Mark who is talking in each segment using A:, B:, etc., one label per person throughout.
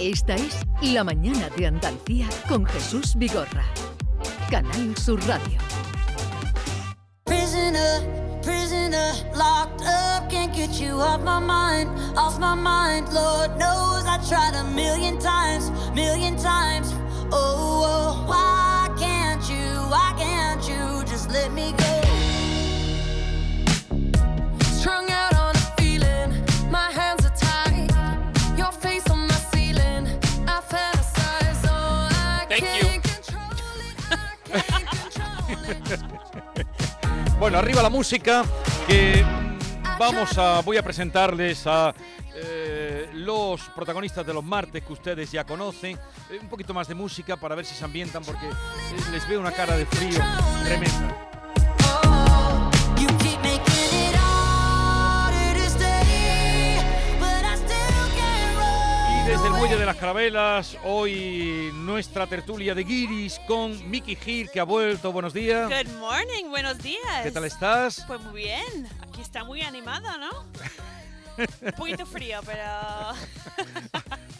A: Esta es La Mañana de Andalucía con Jesús Vigorra. Canal Sur Radio.
B: Prisoner, prisoner, locked up, can't get you off my mind, off my mind. Lord knows I tried a million times, million times. Oh, oh why can't you, why can't you just let me go?
C: Strung out on a feeling, my hands are tied. Your face on my ceiling, I fantasize. Oh, I
D: Thank
C: can't control it. I can't control it.
D: Bueno, arriba la música que mm, vamos a voy a presentarles a eh, los protagonistas de los martes que ustedes ya conocen. Eh, un poquito más de música para ver si se ambientan porque eh, les veo una cara de frío tremenda.
B: Oh, you keep making it harder to stay, but I still can't run.
D: Y desde el muelle de las carabelas hoy nuestra tertulia de guiris con Mickey Gil que ha vuelto. Buenos días.
E: Good morning, buenos días.
D: ¿Qué tal estás?
E: Pues muy bien, aquí está muy animada, ¿no? Un poquito frío, pero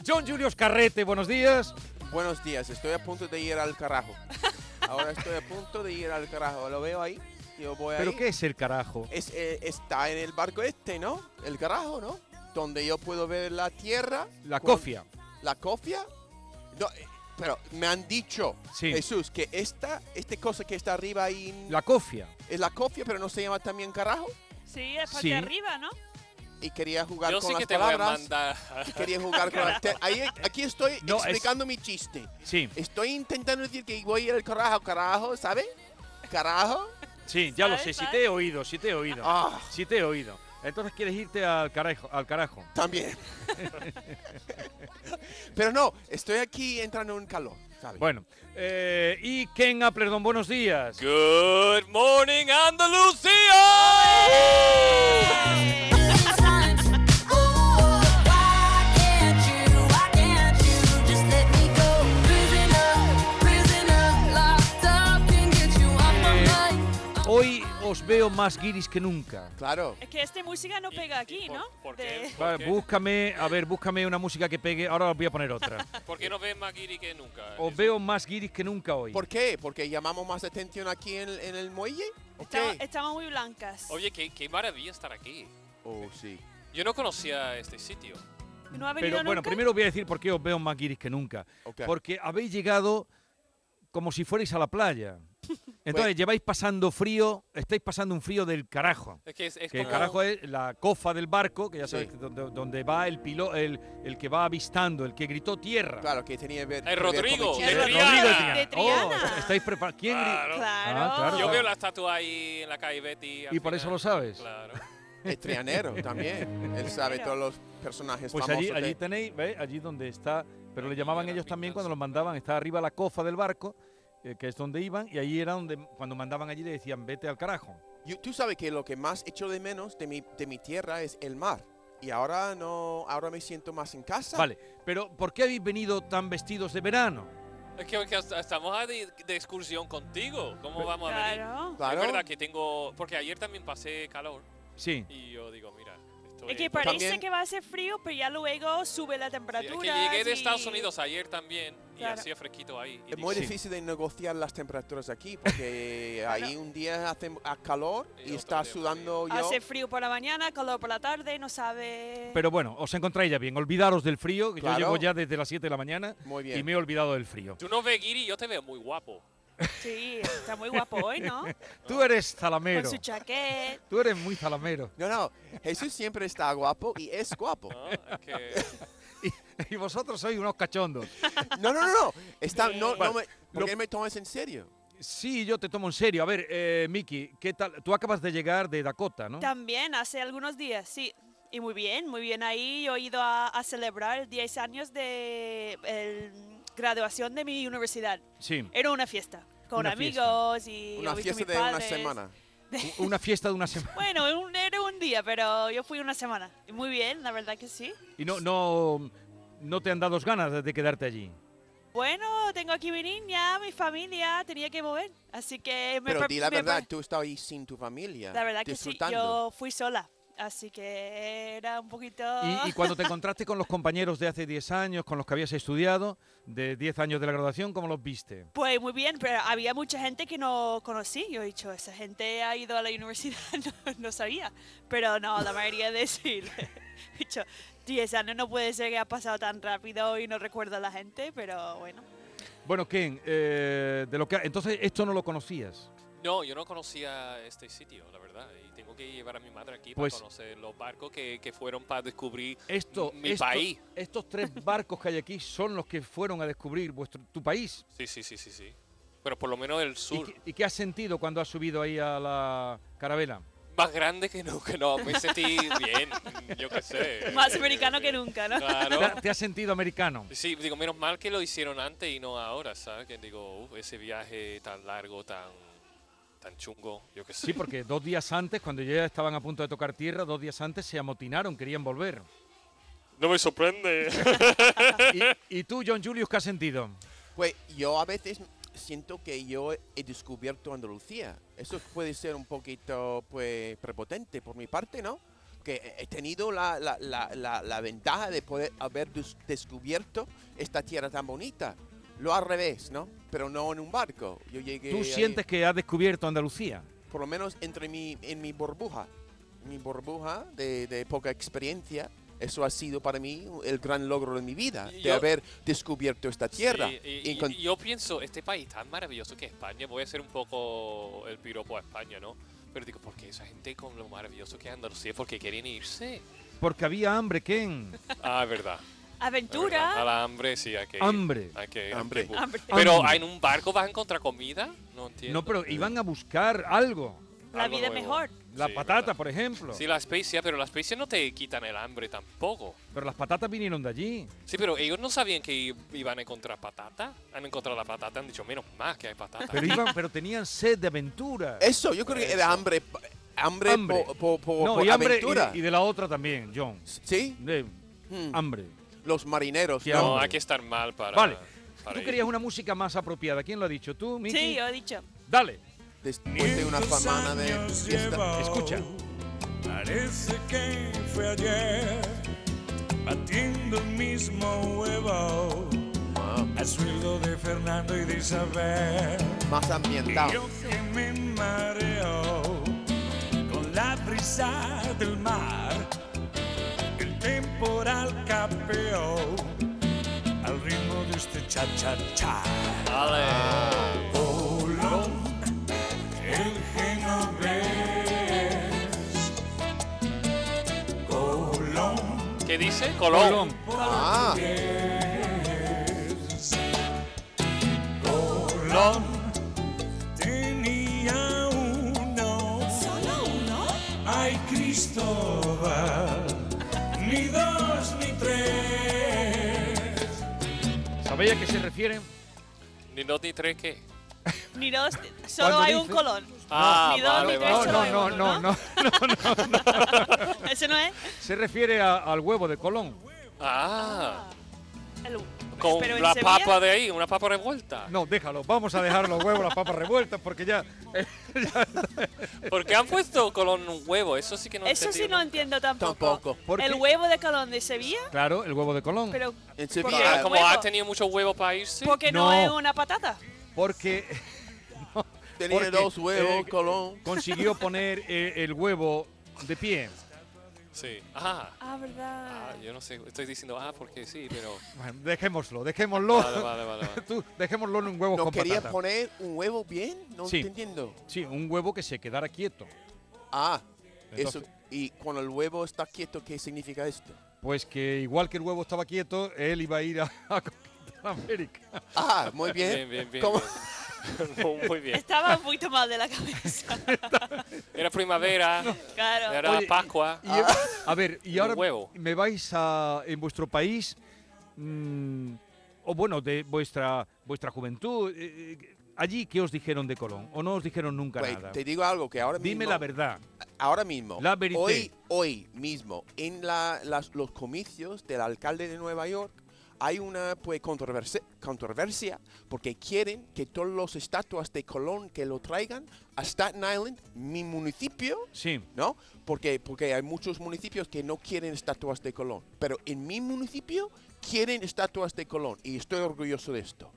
D: John Julius Carrete, buenos días.
F: Buenos días, estoy a punto de ir al carajo. Ahora estoy a punto de ir al carajo. Lo veo ahí, yo voy
D: ¿Pero
F: ahí.
D: qué es el carajo?
F: Es, eh, está en el barco este, ¿no? El carajo, ¿no? Donde yo puedo ver la tierra.
D: La
F: con-
D: cofia.
F: La cofia. No, eh, pero me han dicho,
D: Sí.
F: Jesús, que esta, este cosa que está arriba ahí
D: La cofia.
F: es la cofia, pero no se llama también carajo.
E: sí, es parte
D: Sí.
E: de arriba, ¿no?
F: Y quería jugar
G: Yo
F: con
G: sí
F: las
G: que te voy a
F: palabras.
G: mandar.
F: y quería jugar con las. te- Ahí, aquí estoy
D: No, es-
F: explicando mi chiste.
D: Sí,
F: Estoy intentando decir que voy a ir al carajo, carajo, ¿sabe? Carajo.
D: sí, ya lo sé.
E: ¿Sabes?
D: Si te he oído, si te he oído.
F: Ah,
D: Si te he oído. Entonces quieres irte al carajo. Al carajo.
F: también. Pero no, estoy aquí entrando en calor, ¿sabe?
D: Bueno, eh, y Ken Applerdon, buenos días.
G: Good morning,
D: ¡Eh!
G: Andalucía.
B: Million times. Oh, why can't you, why can't you just let me go? Prisoner, prisoner, locked up, can't get you off my
D: Eh,
B: mind.
D: Hoy os veo más guiris que nunca.
F: Claro.
E: Es que esta música no
G: ¿Y-
E: pega
G: y
E: aquí,
G: por-
E: ¿no?
G: por
E: De-
G: qué?
D: Va,
G: qué?
D: búscame, a ver, búscame una música que pegue. Ahora os voy a poner otra.
G: ¿Por qué no ves más guiri que nunca? Eh,
D: Os veo más guiris que nunca hoy.
F: ¿Por qué? ¿Porque llamamos más atención aquí en, en el muelle? Ok.
E: Estamos, estamos muy blancas.
G: Oye, qué, qué maravilla estar aquí.
F: Oh, sí.
G: Yo no conocía este sitio.
E: ¿No ha venido
D: Pero bueno,
E: nunca?
D: primero voy a decir por qué os veo más guiris que nunca.
F: Ok.
D: Porque habéis llegado como si fuerais a la playa. Entonces
F: Bueno.
D: lleváis pasando frío, estáis pasando un frío del carajo.
G: Es que es, es
D: Que el
G: como...
D: carajo es la cofa del barco, que ya sabéis
F: Sí.
D: que donde, donde va el, pilo, el, el que va avistando, el que gritó tierra.
F: Claro, que tenía que ver.
G: Ay,
F: que ver con mi
G: Rodrigo,
F: chiste.
E: de
D: Eh, Rodrigo
G: Triana.
E: De
D: Oh,
E: Triana.
D: ¿Estáis preparados? ¿Quién gri-
G: Claro.
E: Claro.
D: Ah, claro,
G: Yo
D: claro.
G: veo la estatua ahí en la calle Betty. al
D: Y por eso
G: final.
D: lo sabes.
G: Claro.
F: Es trianero también. Él sabe todos los personajes
D: Pues
F: famosos.
D: allí, allí
F: de-
D: tenéis, ¿veis? Allí donde está, pero le
G: Allí
D: llamaban
G: era
D: ellos también
G: Pintas.
D: cuando los mandaban, está arriba la cofa del barco, eh, que es donde iban, y allí era donde, cuando mandaban allí le decían, vete al carajo.
F: Yo- tú sabes que lo que más echo de menos de mi, de mi tierra es el mar. Y ahora no, ahora me siento más en casa.
D: Vale, pero ¿por qué habéis venido tan vestidos de verano?
G: Es que, que hasta- estamos a de, de excursión contigo. ¿Cómo vamos a venir?
E: Claro.
F: Claro.
G: Es verdad que tengo... Porque ayer también pasé calor.
D: Sí.
G: Y yo digo, mira... estoy-
E: Es que parece
F: También-
E: que va a ser frío, pero ya luego sube
G: pues
E: la
G: Sí, es
E: temperatura.
G: que llegué de
E: y-
G: Estados Unidos ayer también y
E: Claro.
G: hacía fresquito ahí. y
F: Es muy
D: Sí.
F: difícil de negociar las temperaturas aquí porque ahí un día hace a calor
G: Y
F: y
G: otro
F: está
G: día
F: sudando yo.
E: Hace frío por la mañana, calor por la tarde, no sabe.
D: Pero bueno, os encontráis ya bien, olvidaros del frío, que
F: Claro.
D: yo llego ya desde las 7 de la mañana
F: Muy
D: y
F: bien.
D: me he olvidado del frío.
G: Tú no ves Giri, yo te veo muy guapo.
E: Sí, está muy guapo hoy, ¿no?
D: Tú eres zalamero,
E: Con su chaquet.
D: tú eres muy zalamero.
F: No, no, Jesús siempre está guapo y es guapo.
G: ¿no? Es que-
D: Y vosotros sois unos cachondos.
G: Ah.
F: No, no, no, no. Está, no, no me,
D: Lo-
F: ¿Por qué me tomas en serio?
D: Sí, yo te tomo en serio. A ver, eh, Miki, ¿qué tal? Tú acabas de llegar de Dakota, ¿no?
E: También hace algunos días, sí. Y muy bien, muy bien ahí. Yo he ido a, a celebrar 10 años de eh, graduación de mi universidad.
D: Sí.
E: Era una fiesta, con
D: Una fiesta.
E: amigos y...
F: Una
E: he visto a
F: fiesta
E: mis
F: de una
E: padres.
F: semana.
D: U- Una fiesta de una semana.
E: Bueno, un- era un día, pero yo fui una semana. Y Muy bien, la verdad que sí.
D: Y no, no, no te han dado ganas de quedarte allí.
E: Bueno, tengo aquí mi niña, mi familia, tenía que mover. Así que me...
F: Pero
E: pre-
F: di la
E: me pre-
F: verdad, tú estás ahí sin tu familia.
E: La verdad que sí,
F: disfrutando.
E: yo fui sola. Así que era un poquito...
D: Y, y cuando te encontraste con los compañeros de hace 10 años, con los que habías estudiado, de 10 años de la graduación, ¿cómo los viste?
E: Pues muy bien, pero había mucha gente que no conocí. Yo he dicho, esa gente ha ido a la universidad, no, no sabía. Pero no, la mayoría de sí. He dicho, 10 años no puede ser que ha pasado tan rápido y no recuerdo a la gente, pero bueno.
D: Bueno, Ken, eh, de lo que, entonces esto no lo conocías.
G: No, yo no conocía este sitio, la verdad. Y tengo que llevar a mi madre aquí
D: Pues-
G: para conocer los barcos que, que fueron para descubrir
D: Esto,
G: mi
D: esto-
G: país.
D: Estos tres barcos que hay aquí son los que fueron a descubrir vuestro, tu país.
G: Sí, sí, sí, sí, sí. Pero por lo menos el
D: ¿Y,
G: sur.
D: qué- y qué has sentido cuando has subido ahí a la carabela?
G: Más grande que nunca, no. Me sentí bien, yo qué sé.
E: Más americano que nunca, ¿no?
D: ¿Te,
G: Claro.
D: ha- te has sentido americano?
G: Sí, digo, menos mal que lo hicieron antes y no ahora, ¿sabes? Que digo, "Uf, ese viaje tan largo, tan, tan chungo, yo qué sé.
D: Sí, porque dos días antes, cuando ya estaban a punto de tocar tierra, dos días antes se amotinaron, querían volver.
G: No me sorprende.
D: ¿Y, y tú, John Julius, qué has sentido?
F: Pues yo a veces siento que yo he descubierto Andalucía. Eso puede ser un poquito pues prepotente por mi parte, ¿no? Que he tenido la, la- la- la- la ventaja de poder haber des- descubierto esta tierra tan bonita. Lo al revés, ¿no? Pero no en un barco. Yo llegué
D: ¿Tú
F: ahí,
D: sientes que has descubierto Andalucía?
F: por lo menos entre mi, en mi burbuja, mi burbuja de, de poca experiencia. Eso ha sido para mí el gran logro de mi vida, de
G: Yo-
F: haber descubierto esta tierra.
G: Sí, y-
F: Y
G: y-
F: con-
G: y yo pienso, este país tan maravilloso que es España, voy a hacer un poco el piropo a España, ¿no? Pero digo, ¿por qué esa gente con lo maravilloso que es Andalucía? ¿Por qué quieren irse?
D: Porque había hambre, Ken.
G: Ah, es verdad. es verdad. A
E: Aventura.
G: la hambre, sí, hay que ir,
D: Hambre.
G: hay que- hay
F: Hambre.
G: que bu-
E: Hambre.
G: Pero
D: Hambre.
G: en un barco vas a encontrar comida, no entiendo.
D: No, pero iban a buscar algo.
E: La
G: Algo
E: vida es
G: nuevo.
E: mejor.
D: La
G: Sí, es
D: patata,
G: verdad.
D: por ejemplo.
G: Sí, las especias, pero las especias no te quitan el hambre tampoco.
D: Pero las patatas vinieron de allí.
G: Sí, pero ellos no sabían que i- iban a encontrar patata. Han encontrado la patata, han dicho, menos más que hay patata.
D: Pero, iban, pero tenían sed de aventura.
F: Eso, yo creo que era
G: Eso.
F: hambre, pa- hambre,
D: Hambre.
F: po- po- po-
D: no,
F: por
D: y hambre
F: aventura.
D: y, y de la otra también, John.
F: ¿Sí?
D: De
F: Hmm.
D: hambre.
F: Los marineros.
D: Qué
G: no,
D: hambre.
G: hay que estar mal para.
D: Vale.
G: para
D: Tú
G: ir.
D: querías una música más apropiada. ¿Quién lo ha dicho? ¿Tú, Miki?
E: Sí, yo he dicho.
D: Dale,
F: Después de este, una semana de fiesta.
D: escucha.
H: Parece que fue ayer batiendo el mismo huevo. Al sueldo de Fernando y de Isabel.
F: Más
H: Y
F: ambientado.
H: yo que me mareo con la brisa del mar. El temporal capeó al ritmo de este cha-cha-cha. Voló el genovés. Colón.
G: ¿Qué dice? Colón.
F: Ah,
H: Colón tenía uno. ¿Solo uno? Ay, Cristóbal. Ni dos ni tres.
D: ¿Sabéis a qué se refieren?
G: Ni dos ni tres, ¿qué?
E: Ni dos, solo
D: Cuando
E: hay un
D: dice-
E: colón.
G: Ah,
E: ni dos,
G: vale,
E: ni tres,
D: No,
G: vale.
E: solo
D: no,
E: hay
D: no,
E: uno,
D: no, no.
E: Ese no es
D: Se refiere a- al huevo de Colón.
G: Ah,
E: el
G: con
E: pero en
G: la
E: Sevilla-
G: papa de ahí, una papa revuelta.
D: No, déjalo. Vamos a dejar los huevos, las papas revueltas, porque ya. eh,
G: ¿Por qué han puesto Colón un huevo? Eso sí que no
E: Eso sí
G: entendí
E: no
G: nunca.
E: entiendo tampoco.
F: tampoco.
D: Porque,
E: El huevo de Colón de Sevilla,
D: Claro, el huevo de Colón.
E: pero
F: En
E: ¿por qué
F: Sevilla,
E: el
G: ah, Como
E: huevo?
G: ha tenido mucho huevo para irse.
E: porque
D: No.
E: no. es una patata.
D: Porque
F: Tenía
D: porque,
F: dos huevos,
D: eh,
F: Colón.
D: consiguió poner eh, el huevo de pie.
G: Sí. Ah,
E: Ah, verdad.
G: ah, yo no sé. Estoy diciendo, ah, porque sí, pero.
D: Bueno, dejémoslo, dejémoslo.
G: Vale, vale, vale. vale.
D: Tú, dejémoslo en un huevo
F: ¿No
D: con
F: quería
D: patata.
F: poner un huevo bien? No
D: Sí.
F: te entiendo.
D: Sí, un huevo que se quedara quieto.
F: Ah,
D: Entonces-
F: eso. Y cuando el huevo está quieto, ¿qué significa esto?
D: Pues que igual que el huevo estaba quieto, él iba a ir a, a conquistar América.
F: Ah, muy
G: Bien,
F: bien.
G: bien, bien.
F: ¿Cómo?
G: bien. Muy bien.
E: Estaba un poquito mal de la cabeza.
G: Era primavera,
E: Claro.
G: era
D: Oye,
G: Pascua.
D: Y- A ver, y
G: Ah. Un
D: ahora
G: huevo.
D: me vais a en vuestro país mm, o bueno de vuestra vuestra juventud eh, eh, allí qué os dijeron de Colón o no os dijeron nunca
F: Güey,
D: nada.
F: Pues, te digo algo que ahora
D: Dime
F: mismo...
D: la verdad.
F: ahora mismo,
D: La verité.
F: hoy, hoy mismo, en la- las- los comicios del alcalde de Nueva York, hay una pues, controversia, controversia porque quieren que todos los estatuas de Colón que lo traigan a Staten Island, mi municipio,
D: Sí.
F: ¿no? Porque, porque hay muchos municipios que no quieren estatuas de Colón. Pero en mi municipio quieren estatuas de Colón y estoy orgulloso de esto.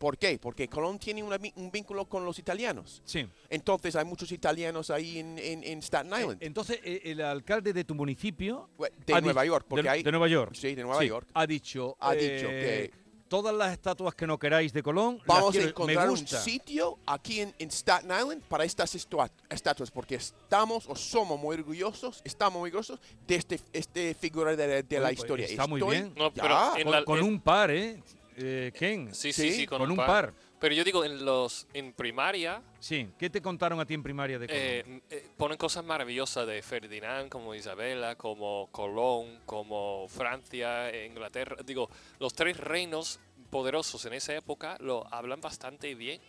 F: ¿Por qué? Porque Colón tiene una vi- un vínculo con los italianos.
D: Sí.
F: Entonces hay muchos italianos ahí en, en- en Staten Island,
D: Entonces, eh, el alcalde de tu municipio.
F: Bueno, de
D: ha
F: Nueva
D: dicho-
F: York, porque
D: Ah, de,
F: hay-
D: de Nueva York.
F: Sí, de Nueva York.
D: Ha dicho.
F: Ha dicho
D: eh,
F: que-
D: Todas las estatuas que no queráis de Colón. las
F: Vamos
D: quiero-
F: a encontrar
D: me
F: un
D: gusta.
F: sitio aquí en, en Staten Island para estas estua- estatuas, porque estamos o somos muy orgullosos, estamos muy orgullosos de este, este figura de, la- de la
D: Oye, pues
F: historia.
D: está muy
F: Estoy-
D: bien.
G: No,
F: Ya.
G: pero en
D: Con,
G: la-
D: con
G: en-
D: un par, ¿eh? Eh, Ken.
G: Sí, sí,
F: Sí,
G: sí, con,
D: con
G: un par.
D: un par.
G: Pero yo digo, en los en primaria
D: Sí. ¿Qué te contaron a ti en primaria de Colón?
G: eh, m- eh, ponen cosas maravillosas de Ferdinand, como Isabela, como Colón, como Francia, eh, Inglaterra. Digo, los tres reinos poderosos en esa época lo hablan bastante bien.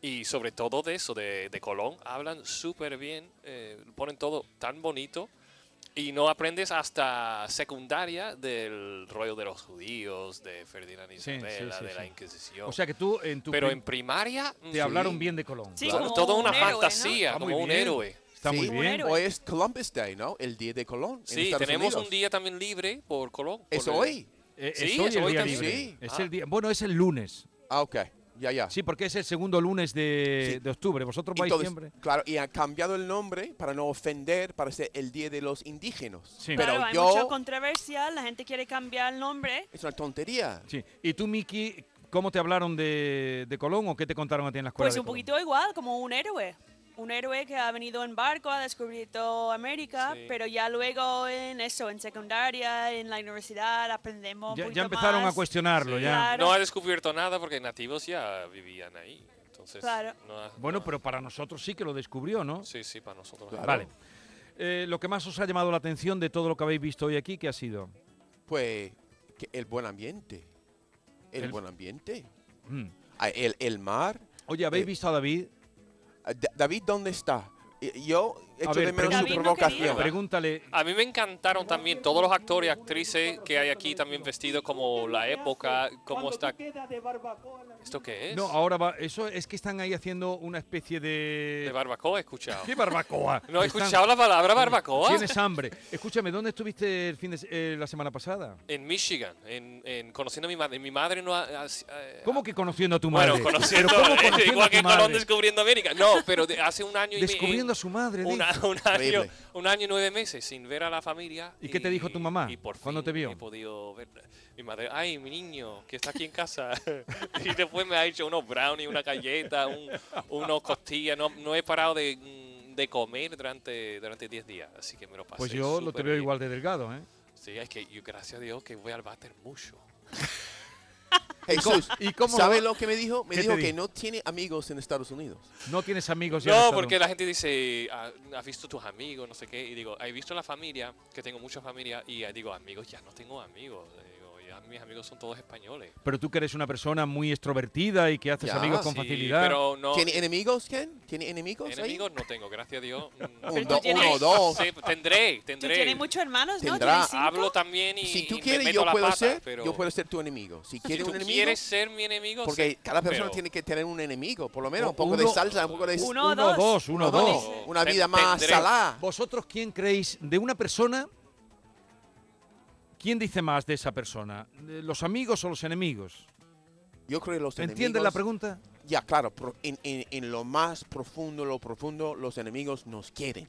G: Y sobre todo de eso, de, de Colón, hablan súper bien, eh, ponen todo tan bonito. Y no aprendes hasta secundaria del rollo de los judíos, de Ferdinand y
D: Sí, sí,
G: Isabela,
D: sí,
G: de
D: sí.
G: la Inquisición.
D: o sea que tú en tu.
G: Pero
D: prim-
G: en primaria
D: te
G: mm,
D: hablaron bien de Colón.
E: Sí,
G: claro,
E: como
G: toda una
E: un héroe, ¿no?
G: fantasía,
D: Está muy
G: como un
D: bien.
G: héroe.
D: Está
F: Sí.
D: muy
E: Como un
D: bien.
E: héroe.
F: Hoy es Columbus Day, ¿no? El día de Colón. en
G: Sí,
F: Estados
G: tenemos
F: Unidos.
G: un día también libre por Colón. por
F: Es
G: el-
F: hoy.
D: Eh,
G: Sí,
D: es hoy
G: es
D: el
G: hoy
D: día
G: también.
D: libre.
F: Sí.
D: Es
G: Ah.
D: el día, bueno, es el lunes.
F: Ah, ok. Ya, ya.
D: Sí, porque es el segundo lunes de,
F: Sí.
D: de octubre. Vosotros vais
F: Entonces,
D: siempre.
F: claro, y han cambiado el nombre para no ofender, para ser el Día de los Indígenas.
D: Sí.
F: Pero
E: claro, hay mucha
F: yo...
E: controversia, la gente quiere cambiar el nombre.
F: Es una tontería.
D: Sí. ¿Y tú, Miki, cómo te hablaron de, de Colón o qué te contaron a ti en la escuela?
E: Pues
D: de
E: un
D: Colón?
E: poquito igual, como un héroe. Un héroe que ha venido en barco a descubrir toda América,
G: Sí.
E: pero ya luego en eso, en secundaria, en la universidad, aprendemos. un
D: Ya, ya
E: poquito
D: empezaron
E: más.
D: a cuestionarlo,
G: Sí.
D: ya.
E: Claro.
G: No ha descubierto nada porque nativos ya vivían ahí. Entonces,
E: Claro.
G: no ha-
D: Bueno,
G: no-
D: pero para nosotros sí que lo descubrió, ¿no?
G: Sí, sí, para nosotros.
F: Claro.
D: Vale. Eh, lo que más os ha llamado la atención de todo lo que habéis visto hoy aquí, ¿qué ha sido?
F: Pues que el buen ambiente. El,
D: El-
F: buen ambiente.
D: Mm.
F: Ah, El, el mar.
D: Oye, ¿habéis
F: Eh,
D: visto a David?
F: Ah, Da- David, ¿dónde está? Y- Yo echo
D: ver,
F: de menos
E: David
F: su
E: no quería.
F: provocación.
D: Pregúntale.
G: A mí me encantaron también todos los actores y actrices que hay aquí también vestidos como la época, cómo está... ¿Esto qué es?
D: No, ahora va. Eso es que están ahí haciendo una especie
G: De
D: de.
G: barbacoa he escuchado.
D: ¿Qué barbacoa?
G: No he
D: Están-
G: escuchado la palabra barbacoa.
D: Tienes hambre. Escúchame, ¿dónde estuviste el fin de, se- eh, la semana pasada?
G: En Michigan, en, en- conociendo a mi madre. Mi madre no ha... ha- ha-
D: ¿Cómo que conociendo a tu madre?
G: Bueno, conociendo,
D: Pero ¿cómo
G: eh, igual
D: a tu
G: que
D: madre?
G: Colón descubriendo América. No, pero de- hace un año y me-
D: Descubriendo a su madre.
G: un,
D: dice.
G: a- un año,
F: Horrible.
G: un año y nueve meses sin ver a la familia.
D: ¿Y qué te dijo tu mamá
G: Y por
D: cuando
G: fin
D: te vio?
G: He podido ver. Mi madre, ay, mi niño, que está aquí en casa. y después me ha hecho unos brownies, una galleta, un- unos costillas. No, no he parado de, mm, de comer durante durante 10 días. Así que me lo pasé.
D: Pues yo lo te
G: súper
D: veo
G: bien.
D: igual de delgado, ¿eh?
G: Sí, es que yo, gracias a Dios que voy al váter mucho.
F: Jesús,
D: ¿Y cómo
F: ¿sabe
D: lo-
F: lo que me dijo? Me
D: ¿Qué te
F: dijo que
D: dijo?
F: no tiene amigos en Estados Unidos.
D: No tienes amigos ya.
G: No,
D: Estado-
G: porque la gente dice, "Ah, has visto tus amigos, no sé qué, y digo, he visto la familia, que tengo mucha familia, y eh, digo, amigos, ya no tengo amigos, eh, digo, ya mis amigos son todos españoles.
D: Pero tú que eres una persona muy extrovertida y que haces
F: Ya,
D: amigos con
G: Sí,
D: facilidad.
G: Pero no,
F: ¿Tiene enemigos, Ken? ¿Tiene enemigos ahí?
G: enemigos no tengo, gracias a Dios. Mm,
F: Un,
E: tú
F: do-
E: tienes-
F: uno o dos.
G: Sí, tendré,
E: Tú
G: tendré.
E: tienes muchos hermanos, ¿no?
F: Tendrá.
E: ¿Tienes cinco?
G: Hablo también y
F: Si
G: y
F: tú
G: me
F: quieres,
G: meto
F: yo
G: la
F: puedo
G: pata,
F: ser,
G: pero
F: yo puedo ser tu enemigo. Si
G: si
F: quieres
G: tú
F: un enemigo,
G: quieres ser mi enemigo, sí,
F: porque cada persona
G: pero
F: tiene que tener un enemigo, por lo menos un
D: O-
F: poco de
D: uno-
F: salsa, un poco de
E: Uno o
D: uno o
E: dos.
D: dos, uno o
F: uno, dos,
D: dos.
F: una vida
G: Ten-
F: más
G: tendré.
F: salada.
D: ¿Vosotros quién creéis de una persona? ¿Quién dice más de esa persona? ¿De ¿Los amigos o los enemigos?
F: Yo creo que los
D: ¿Entiendes
F: enemigos-
D: la pregunta?
F: Ya, claro, pro- en, en- en lo más profundo, lo profundo, los enemigos nos quieren.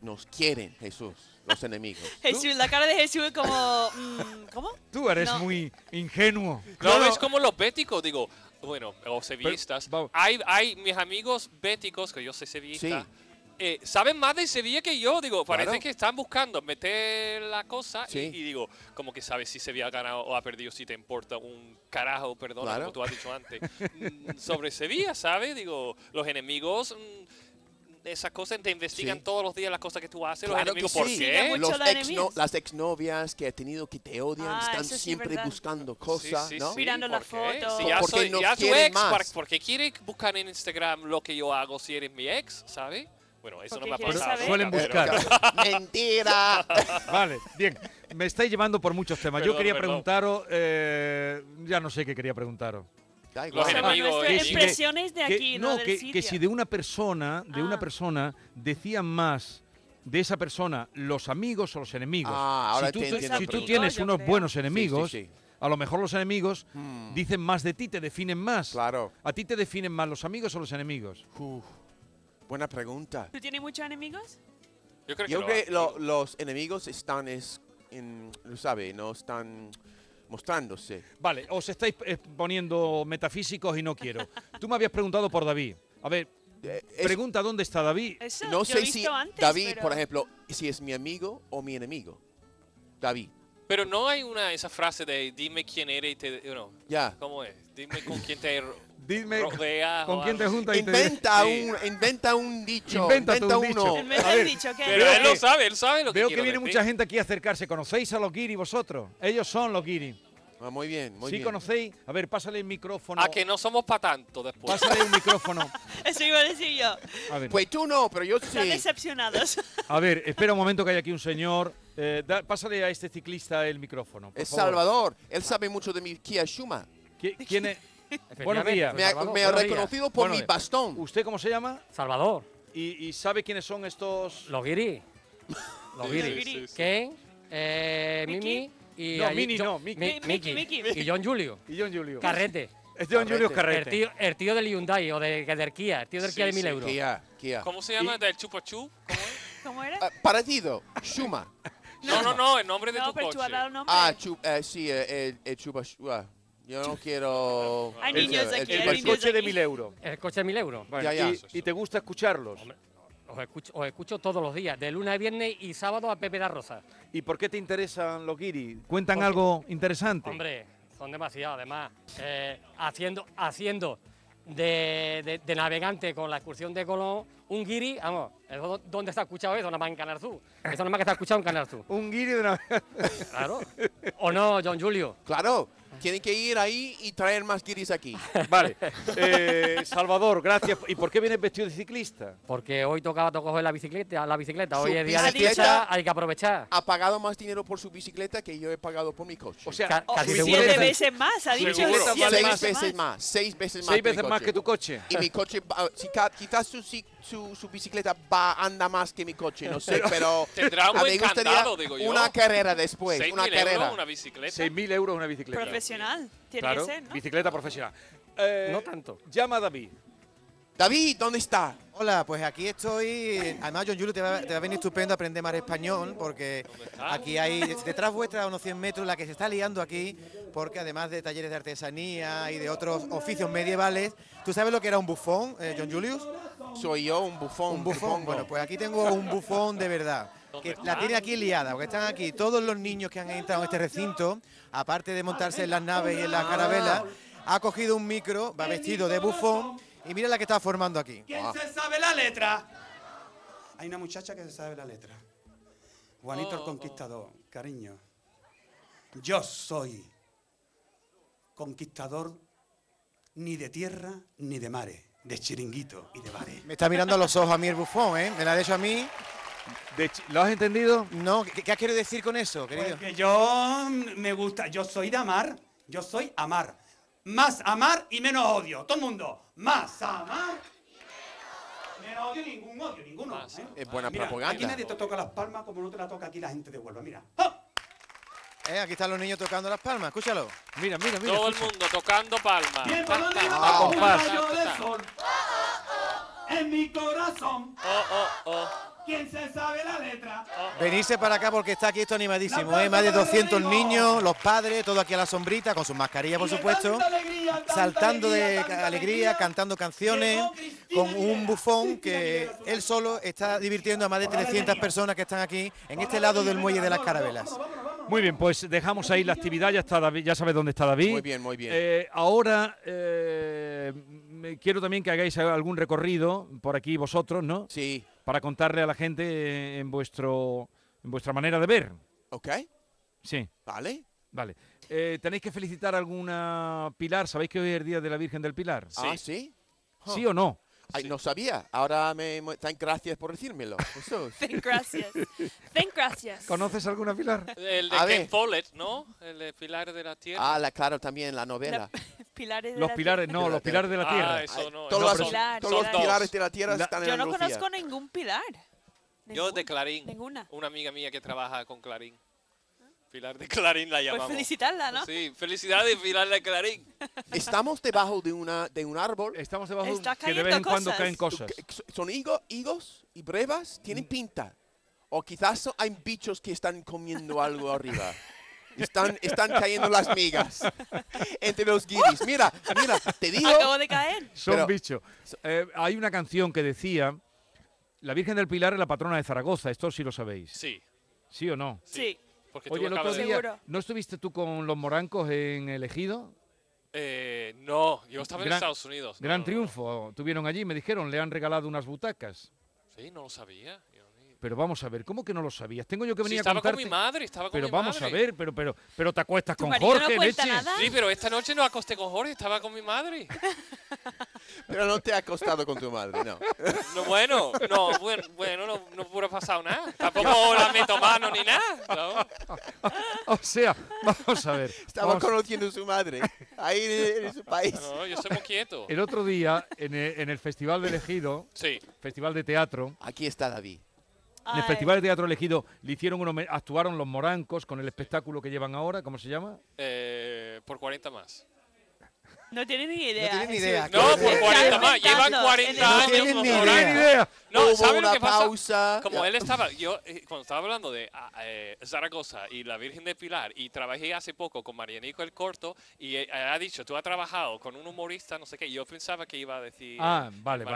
F: Nos quieren, Jesús, los enemigos.
E: Jesús, la cara de Jesús es como. mm, ¿Cómo?
D: Tú eres
E: No.
D: muy ingenuo.
G: No, es como los béticos, digo, bueno, o sevillistas.
D: vamos.
G: hay, hay mis amigos béticos, que yo soy sevillista, eh, saben más de Sevilla que yo, digo, parece
F: Claro.
G: que están buscando meter la cosa y-
F: Sí.
G: y, digo, como que sabes si Sevilla ha ganado o ha perdido, si te importa un carajo, perdón,
F: Claro.
G: como tú has dicho antes, mm, sobre Sevilla, ¿sabes? Digo, los enemigos... mm, esas cosas te investigan
F: Sí.
G: todos los días las cosas que tú haces,
F: Claro
G: los enemigos,
F: que
G: ¿por
F: sí.
G: qué?
E: Mucho
F: Los
E: los
F: exno-
E: enemigos.
F: las exnovias que ha tenido que te odian
E: Ah,
F: están
E: eso sí,
F: siempre
E: verdad.
F: buscando cosas,
G: Sí, sí,
F: ¿no?
G: sí,
E: Mirando
G: ¿por
E: las
G: qué?
E: fotos.
G: Si ya
F: Porque
G: soy,
F: nos
G: ya su
F: quieren
G: ex, ¿para-
F: más.
G: ¿por qué quiere buscar en Instagram lo que yo hago si eres mi ex, ¿sabes? Bueno, eso no
E: Porque
G: me ha
E: quiero
G: pasado.
E: saber-
D: Suelen
G: pero-
D: buscar.
F: ¡Mentira!
D: Vale, bien. Me estáis llevando por muchos temas. Yo
G: Perdón,
D: quería
G: perdón.
D: preguntaros, eh, ya no sé qué quería preguntaros.
F: Da
G: Los
F: igual.
G: enemigos. Amigo,
E: nuestras
G: que si-
E: impresiones de
D: Que-
E: aquí, no, del
D: que,
E: sitio.
D: que si de una persona, de una
E: Ah.
D: persona decían más de esa persona los amigos o los enemigos.
F: Ah, ahora
D: si tú,
F: te
D: te-
F: entiendo
D: si
F: la
D: tú
F: pregunta.
D: tienes
E: Yo
D: unos
E: creo.
D: buenos
F: Sí, sí,
D: enemigos,
F: sí.
D: a lo mejor los enemigos
F: Mm.
D: dicen más de ti, te definen más.
F: Claro.
D: ¿A ti te definen más los amigos o los enemigos?
F: Uf, buena pregunta.
E: ¿Tú tienes muchos enemigos?
G: Yo creo que
F: Yo
G: lo
F: creo
G: hace.
F: que lo- los enemigos están, es, en, lo sabe, no están mostrándose.
D: Vale, os estáis eh, poniendo metafísicos y no quiero. Tú me habías preguntado por David. A ver,
F: Eh, es-
D: pregunta dónde está David.
E: Eso
F: no
E: yo
F: sé
E: he visto
F: si
E: antes,
F: David,
E: pero-
F: por ejemplo, si es mi amigo o mi enemigo. David,
G: Pero no hay una esa frase de dime quién eres y te. No,
F: ya.
G: ¿Cómo es? Dime con quién te ro-
D: Dime
G: rodeas.
D: con
G: o
D: quién te
G: algo.
D: juntas y te
F: Inventa
G: Sí.
F: un, inventa un dicho.
D: Invéntate un
F: uno.
D: dicho.
E: Él me lo
D: A
E: has
D: ver,
E: dicho, ¿qué?
G: Pero
D: Veo
G: él
D: que-
G: lo sabe, él sabe lo que
D: Veo que
G: quiero
D: viene
G: decir.
D: mucha gente aquí a acercarse. ¿Conocéis a los guiri vosotros? Ellos son los guiri.
F: Ah, muy bien, muy
D: sí,
F: bien. Ah,
D: conocéis. A ver, pásale el micrófono.
G: A que no somos para tanto después.
D: Pásale el micrófono.
E: Eso iba a decir yo.
D: A ver,
F: Pues tú no, pero yo
E: Están
F: sí.
E: decepcionados.
D: a ver, espera un momento que hay aquí un señor. Eh, da- pásale a este ciclista el micrófono. por
F: Es
D: favor.
F: Salvador. Él sabe mucho de mi Kia Schuma.
D: ¿Qui- ¿Quién es? Buenos
I: Efectivamente,
D: días.
I: Pues
F: Me ha,
I: Salvador,
F: me ha
I: buenos días.
F: reconocido por
D: Bueno,
F: mi
D: eh,
F: bastón.
D: ¿Usted cómo se llama?
I: Salvador,
D: ¿Y, y sabe quiénes son estos?
I: los guiri. Los
G: Sí,
I: guiri.
G: sí, sí.
I: Ken, eh, Mimi y.
D: No,
I: allí
D: Mini
I: John-
D: no, Mickey.
I: Mi-
E: Mickey,
I: Mickey.
E: Mickey,
I: Y John Julio.
D: Y John Julio.
I: Carrete.
D: Es John
F: Carrete.
D: Julio
I: El
D: Carrete.
I: tío, el tío del Hyundai o de, del Kia. El tío del
G: Sí,
I: Kia de 1000
G: sí,
I: euros.
F: Kia, Kia.
G: ¿Cómo se llama?
D: Y-
G: ¿Del chupa chup? ¿Cómo es?
E: ¿Cómo era?
F: Ah, parecido, Schuma.
G: No, no, no, el nombre de
E: no,
G: tu
E: pero tú has
G: coche.
E: dado nombre.
F: Ah, chu- eh, sí, eh, el, el chupa chua. Yo no quiero.
E: Hay
F: el-
E: niños
F: el chupa
E: aquí, hay
D: El,
E: John
F: chua.
E: niños.
D: coche de
E: aquí.
D: mil euros.
I: El coche de 1000 euros.
D: Vale,
F: ya.
D: y- Y, te gusta escucharlos.
I: Hombre, Os escucho, os escucho todos los días, de lunes a viernes y sábado a Pepe da Rosa.
D: ¿Y por qué te interesan los guiri? ¿Cuentan
I: Porque-
D: algo interesante?
I: Hombre, son demasiados, además. eh, haciendo haciendo de, de- de navegante con la excursión de Colón, un guiri, vamos, eso do- ¿dónde está escuchado eso? Nada más en Canal Sur. Eso nada más que está escuchado en Canal Sur.
D: Un guiri de una
I: Claro. ¿O no, John Julio?
F: Claro, tienen que ir ahí y traer más guiris aquí.
D: Vale. Eh, Salvador, gracias. ¿Y por qué vienes vestido de ciclista?
I: Porque hoy tocaba to- coger la bicicleta, la bicicleta. Hoy
F: Su
I: es día de
F: bicicleta.
I: fiesta, hay que aprovechar.
F: Ha pagado más dinero por su bicicleta que yo he pagado por mi coche.
D: O sea,
I: Ca-
E: Oh,
I: casi
D: su
I: seguro
E: siete
I: que-
E: veces más, ha dicho.
G: Seguro.
E: siete
D: vale
F: seis
D: más.
F: veces más. Seis veces más.
D: seis
F: que mi
D: veces más
F: coche.
D: que tu coche.
F: Y mi coche, va- si ca- quizás su, si- su, su bicicleta va, anda más que mi coche, no sé, pero.
G: Tendrá un
F: a mí
G: buen
F: me gustaría
G: candado, digo yo.
F: Una carrera después,
G: 6.000
F: una carrera.
G: euros, una bicicleta.
D: 6.000 euros una bicicleta.
E: Profesional, tiene
D: Claro,
E: que ser, ¿no?
D: bicicleta profesional. Eh,
I: No tanto.
D: Llama a David.
F: David, ¿dónde está?
J: Hola, pues aquí estoy. Además, John Julio, te va, te va a venir estupendo aprender más español, porque aquí hay, detrás vuestra, a unos 100 metros, la que se está liando aquí, porque además de talleres de artesanía y de otros oficios medievales, ¿tú sabes lo que era un bufón, eh, John Julius?
F: Soy yo, un bufón.
J: Un bufón.
F: supongo.
J: Bueno, pues aquí tengo un bufón de verdad. Que la tiene aquí liada, porque están aquí todos los niños que han entrado en este recinto, aparte de montarse en las naves y en las carabelas, ha cogido un micro, va vestido de bufón, y mira la que está formando aquí.
K: ¿Quién se sabe la letra? Hay una muchacha que se sabe la letra. Juanito el Conquistador, cariño. Yo soy conquistador ni de tierra ni de mares, de chiringuito y de bares.
J: Me está mirando a los ojos a mí el bufón, ¿eh? Me la ha hecho a mí.
D: De Chi- ¿Lo has entendido?
J: No, ¿qué, qué has querido decir con eso, querido?
K: Porque Pues yo mm, me gusta, yo soy de amar, yo soy amar. Más amar y menos odio. Todo el mundo, más amar. Menos odio, ningún odio, ninguno. ¿eh?
F: Es buena
K: Mira,
F: propaganda.
K: Aquí nadie te toca las palmas como no te la toca aquí la gente de Huelva. Mira. ¡Ah!
J: Eh, aquí están los niños tocando las palmas, escúchalo.
D: Mira, mira, mira.
G: Todo el
D: escucha.
G: mundo tocando palmas.
K: Bien,
G: Pa,
K: por donde
G: pa,
K: iba
D: Ah,
F: Ah,
G: pa,
K: como un
G: pa,
K: rayo
G: pa,
K: de
G: pa.
K: sol. En mi corazón,
G: Oh, oh, oh.
K: ¿quién se sabe la letra?
J: Venirse para acá porque está aquí esto animadísimo,
K: La
J: ¿eh? Más de
K: plaza de
J: 200
K: Rodrigo.
J: niños, los padres, todo aquí a la sombrita, con sus mascarillas, por
K: Y de
J: supuesto.
K: tanta alegría, tanta
J: Saltando de
K: tanta
J: alegría, cantando canciones,
K: llegó Cristina
J: con un
K: Aguilera.
J: bufón
K: Cristina
J: que
K: Aguilera, su
J: él solo está divirtiendo a más de
K: Hola,
J: 300
K: bienvenida.
J: personas que están aquí, en este lado del muelle de las carabelas.
D: Muy bien, pues dejamos ahí la actividad. Ya está David, ya sabes dónde está David.
F: Muy bien, muy bien.
D: Eh, ahora eh, me- quiero también que hagáis algún recorrido por aquí vosotros, ¿no?
F: Sí,
D: Para contarle a la gente eh, en vuestro en vuestra manera de ver.
F: ok,
D: Sí,
F: vale.
D: vale. Eh, ¿Tenéis que felicitar a alguna Pilar? ¿Sabéis que hoy es el Día de la Virgen del Pilar?
F: Ah, sí.
D: ¿Sí o no?
F: Ay, no sabía. Ahora me... mu- Tan gracias por decírmelo, Jesús.
E: Thank gracias. Thank gracias.
D: ¿Conoces alguna Pilar?
G: El de
F: A
G: Ken
F: ver.
G: Follett, ¿no? El de Pilar de la Tierra.
F: Ah, la, claro, también la novela.
E: Pilares de
D: Los
E: la
D: pilares,
E: tierra.
D: no, los pilares de la
G: Ah,
D: tierra.
G: eso
F: Ay,
G: no.
F: todos
G: no,
F: los-
G: pero
E: Pilar,
F: todos los
E: Pilar.
F: pilares de la tierra están en
E: Yo no
F: Andalucía.
E: conozco ningún pilar.
G: Yo
E: Ninguno.
G: de Clarín.
E: Ninguna.
G: Una amiga mía que trabaja con Clarín. ¿Ah? Pilar de Clarín la
E: Pues
G: llamamos.
E: felicitarla, ¿no?
G: Sí, felicidades Pilar de Clarín.
F: Estamos debajo de, una, de un árbol.
D: Estamos debajo de un-
E: Está
D: que de vez
E: cayendo
D: en cuando
E: cosas.
D: caen Eh, cosas.
F: que- que Son higo- higos y brevas, tienen pinta. O quizás so- hay bichos que están comiendo algo arriba. Están, están cayendo las migas entre los guiris. Mira, mira, te digo.
E: Acabo de caer.
D: Son
F: Pero-
D: bichos. Eh, hay una canción que decía, la Virgen del Pilar es la patrona de Zaragoza, esto sí lo sabéis.
G: Sí,
D: ¿Sí o no?
E: Sí.
G: porque
D: Oye,
G: tú
D: el
G: acabas
D: otro
G: de...
E: de-
D: día,
E: Seguro.
D: ¿no estuviste tú con los morancos en el Ejido?
G: Eh, no, yo estaba en
D: Gran-
G: Estados Unidos. No,
D: Gran
G: no, no.
D: triunfo, tuvieron allí, me dijeron, le han regalado unas butacas.
G: Sí, no lo sabía. Yo ni-
D: Pero vamos a ver, ¿cómo que no lo sabías? Tengo yo que
G: Sí,
D: venir a
G: estaba con
D: contarte.
G: mi madre, estaba con
D: pero
G: mi
D: vamos
G: madre.
D: a ver, pero pero pero te acuestas
E: ¿Tu
D: con
E: marido no
D: Jorge,
E: cuenta
D: leche.
E: nada?
G: Sí, pero esta noche no acosté con Jorge, estaba con mi madre.
F: Pero no te ha acostado con tu madre, no.
G: No, bueno, no, bueno, bueno no, no hubiera pasado nada. Tampoco la meto mano ni nada. ¿no?
D: O sea, vamos a ver.
F: Estaba
D: vamos-
F: conociendo a su madre. Ahí en, en su país.
G: No, yo soy muy quieto.
D: El otro día en el, en el Festival del Ejido,
G: Sí,
D: Festival de Teatro,
F: Aquí está David.
D: En el
E: Ay,
D: Festival de Teatro Elegido le hicieron un home- actuaron los morancos con el espectáculo que llevan ahora, ¿cómo se llama?
G: eh, por 40 más.
E: No tienen ni idea.
J: No tienen ni
E: Jesús.
J: idea.
G: No,
J: Claro.
G: por 40 más. Llevan
E: Inventando.
G: 40
E: No
G: años
J: tienen
G: con
J: ni
G: Morán.
J: idea.
G: No,
F: Hubo
G: ¿sabe lo
F: una
G: que pasa?
F: pausa.
G: Como
F: Ya.
G: él estaba, yo eh, cuando estaba hablando de ah, eh, Zaragoza y la Virgen de Pilar, y trabajé hace poco con Marianico el Corto, y eh, ha dicho, tú has trabajado con un humorista, no sé qué, yo pensaba que iba a decir.
D: Ah, vale,
G: Marianico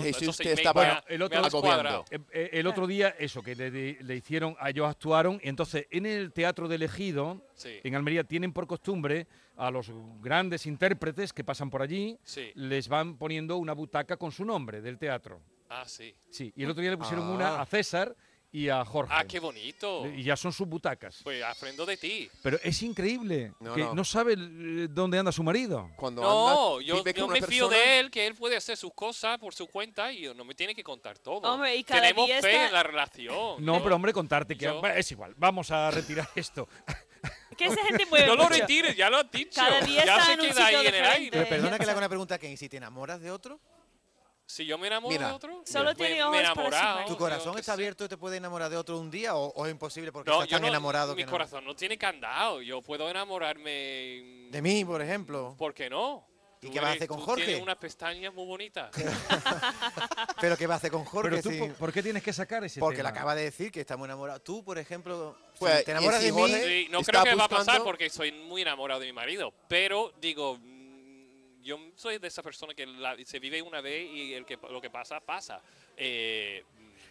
G: el Corto.
F: Entonces, Jesús,
G: Entonces,
F: te
G: me-
F: estaba
G: me ha-
D: el otro
G: me ha
F: agobiando.
G: descuadrado.
D: Eh, eh, el otro día eso que le, di- le hicieron a ellos actuaron y entonces en el Teatro del Ejido
G: Sí.
D: en Almería tienen por costumbre a los grandes intérpretes que pasan por allí
G: Sí.
D: les van poniendo una butaca con su nombre del teatro.
G: Ah, sí.
D: Sí, y el otro día le pusieron
F: Ah.
D: una a César y a Jorge.
G: Ah, qué bonito.
D: Y ya son sus butacas.
G: Pues aprendo de ti.
D: Pero es increíble
F: No,
D: que
F: no.
D: no, sabe eh, dónde anda su marido.
F: Cuando
G: No,
F: andas,
G: yo,
F: vive
G: yo
F: con
G: me
F: una
G: fío
F: persona-
G: de él, que él puede hacer sus cosas por su cuenta y no me tiene que contar todo.
E: Hombre, y cada
G: Tenemos
E: día
G: fe
E: está-
G: en la relación.
D: No, pero hombre, contarte que
G: Yo-
D: Bueno, es igual. Vamos a retirar esto.
E: Que esa gente mueve
G: No lo
E: mucho.
G: retires, ya lo has dicho.
E: Cada día
G: ya
E: está
G: se
E: en un
G: queda ahí
E: sitio
G: en el
E: diferente.
G: aire.
J: Pero perdona que le haga una pregunta, Ken. Si te enamoras de otro,
G: Si yo me enamoro
F: Mira,
G: de otro,
E: Solo
G: me-
E: tiene
G: me,
E: ojos para su
G: enamorado,
E: marido.
J: ¿tu
G: yo
J: corazón
G: qué
J: está
G: sé.
J: abierto y te puede enamorar de otro un día o, o es imposible porque
G: No,
J: estás
G: yo
J: tan
G: no,
J: enamorado
G: mi
J: que no?
G: corazón no tiene candado. Yo puedo enamorarme.
J: De mí, por ejemplo.
G: ¿Por qué no?
J: ¿Y
G: Tú
J: qué vas a
G: eres-
J: hacer con
G: tú
J: Jorge?
G: Tienes unas pestañas muy bonitas.
J: Pero ¿qué va a hacer con Jorge?
D: Pero tú,
J: si-
D: ¿por- ¿por qué tienes que sacar ese
J: porque
D: Este tema?
J: le acaba de decir que estamos enamorados. Tú, por ejemplo, si
F: Pues,
J: te
F: y
J: enamoras
F: si
J: de mí,
F: Jorge-
G: Sí, no
F: Está
G: creo que va a pasar
F: buscando-
G: porque soy muy enamorado de mi marido, pero digo, mm, yo soy de esa persona que la- se vive una vez y el que, lo que pasa, pasa. Eh,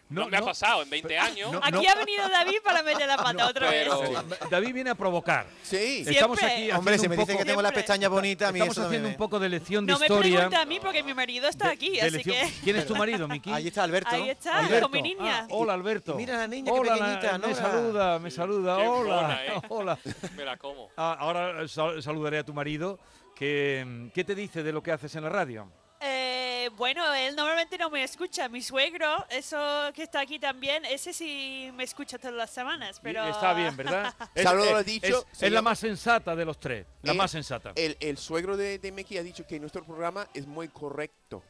G: no,
D: No,
G: me ha
D: no,
G: pasado en 20 años.
D: no,
E: Aquí
D: no.
E: ha venido David para meter la pata otra vez.
G: pero-
D: Ah, David viene a provocar.
F: Sí.
E: Sí.
D: Estamos
E: Siempre.
D: aquí
J: hombre,
D: haciendo
J: si me
D: un poco,
J: dice que tengo las
E: Siempre.
J: pestañas bonitas, a mí
D: estamos
J: eso no me
D: haciendo un
J: ve.
D: poco de lección de
E: No me
D: historia.
E: pregunta a mí porque mi marido está aquí,
D: de
E: así
D: lección-
E: que
D: ¿Quién es tu marido, Miki?
J: Ahí está Alberto.
E: ahí está,
D: Alberto.
E: con mi niña.
D: Ah, hola, Alberto.
J: Y mira la niña, qué
D: hola, la-
J: pequeñita,
D: Me
J: Nora.
D: saluda, me saluda.
G: Qué
D: hola,
G: mona, eh.
D: hola.
G: me la como.
D: Ah, ahora sal- saludaré a tu marido. Que, mm, ¿Qué te dice de lo que haces en la radio?
E: Eh, bueno, él normalmente no me escucha. Mi suegro, eso que está aquí también, ese sí me escucha todas las semanas, pero...
D: Está bien, ¿verdad?
F: Saludo lo
D: es- eh,
F: dicho,
D: Es, es
F: señor.
D: la más sensata de los tres. La
F: Eh,
D: más sensata.
F: El, el suegro de, de Meki ha dicho que nuestro programa es muy correcto.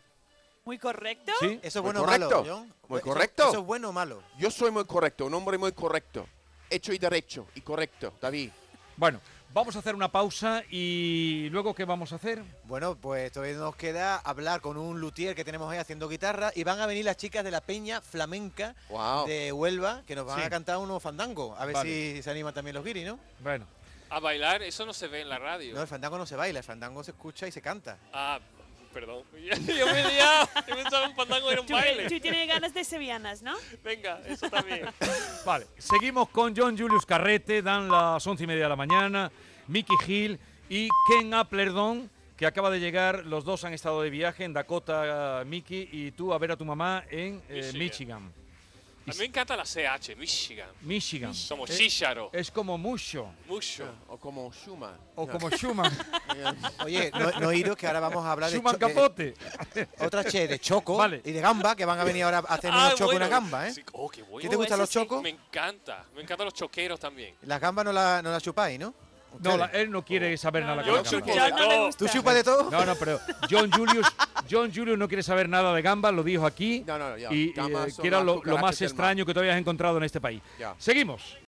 E: Muy correcto.
D: ¿Sí?
J: ¿Eso es
F: Muy
J: bueno o malo,
F: correcto.
J: John?
F: Muy
J: Eso-
F: correcto.
J: ¿Eso es bueno o malo?
F: Yo soy muy correcto, un hombre muy correcto. Hecho y derecho y correcto, David.
D: Bueno, vamos a hacer una pausa y luego ¿qué vamos a hacer?
J: Bueno, pues todavía nos queda hablar con un luthier que tenemos ahí haciendo guitarra y van a venir las chicas de la Peña Flamenca
F: Wow.
J: de Huelva que nos van
D: Sí.
J: a cantar unos fandangos. A ver
D: Vale.
J: si se animan también los guiris, ¿no?
D: Bueno,
G: A bailar, eso no se ve en la radio.
J: No, el fandango no se baila, el fandango se escucha y se canta.
G: Ah, perdón. yo me he liado. Yo pensaba que un pandango era un
E: Tú, tú
G: baile.
E: tienes ganas de sevillanas, ¿no?
G: Venga, eso también.
D: vale. Seguimos con John Julius Carrete, dan las once y media de la mañana, Mickey Hill y Ken Applerdon, que acaba de llegar. Los dos han estado de viaje en Dakota, Mickey, y tú a ver a tu mamá en eh,
G: Michigan.
D: Michigan.
G: A mí me encanta la CH, Michigan.
D: Michigan.
G: Como
D: Eh,
G: Shisharo.
D: Es como mucho.
G: Mucho.
F: O como Schumann.
D: O
F: No.
D: como Schumann.
J: Oye, no, no iros que ahora vamos a hablar de,
D: Schumann
J: cho-
F: eh,
J: de-
D: Capote.
J: otra che de choco
D: Vale.
J: y de gamba que van a venir ahora a hacer
G: Ah,
J: unos chocos y una
G: bueno.
J: gamba, ¿eh?
G: Sí, oh, qué bueno.
J: ¿Qué te gustan los chocos?
G: Me encanta. Me encantan los choqueros también.
J: Las gambas no las no las chupáis, ¿no?
D: No,
J: Ustedes.
D: la- él no quiere saber nada
G: Yo
D: con la
G: chupo
D: gamba.
G: de
E: John no le
G: todo.
E: gusta.
J: ¿Tú chupas de todo?
D: No, no, pero John Julius, John Julius no quiere saber nada de gamba, lo dijo aquí.
F: No, no, no, ya.
D: Y eh,
F: Gambas son
D: que era
F: las
D: lo, lo
F: cucarachas
D: más
F: del mar.
D: extraño que tú habías encontrado en este país.
F: Ya.
D: Seguimos.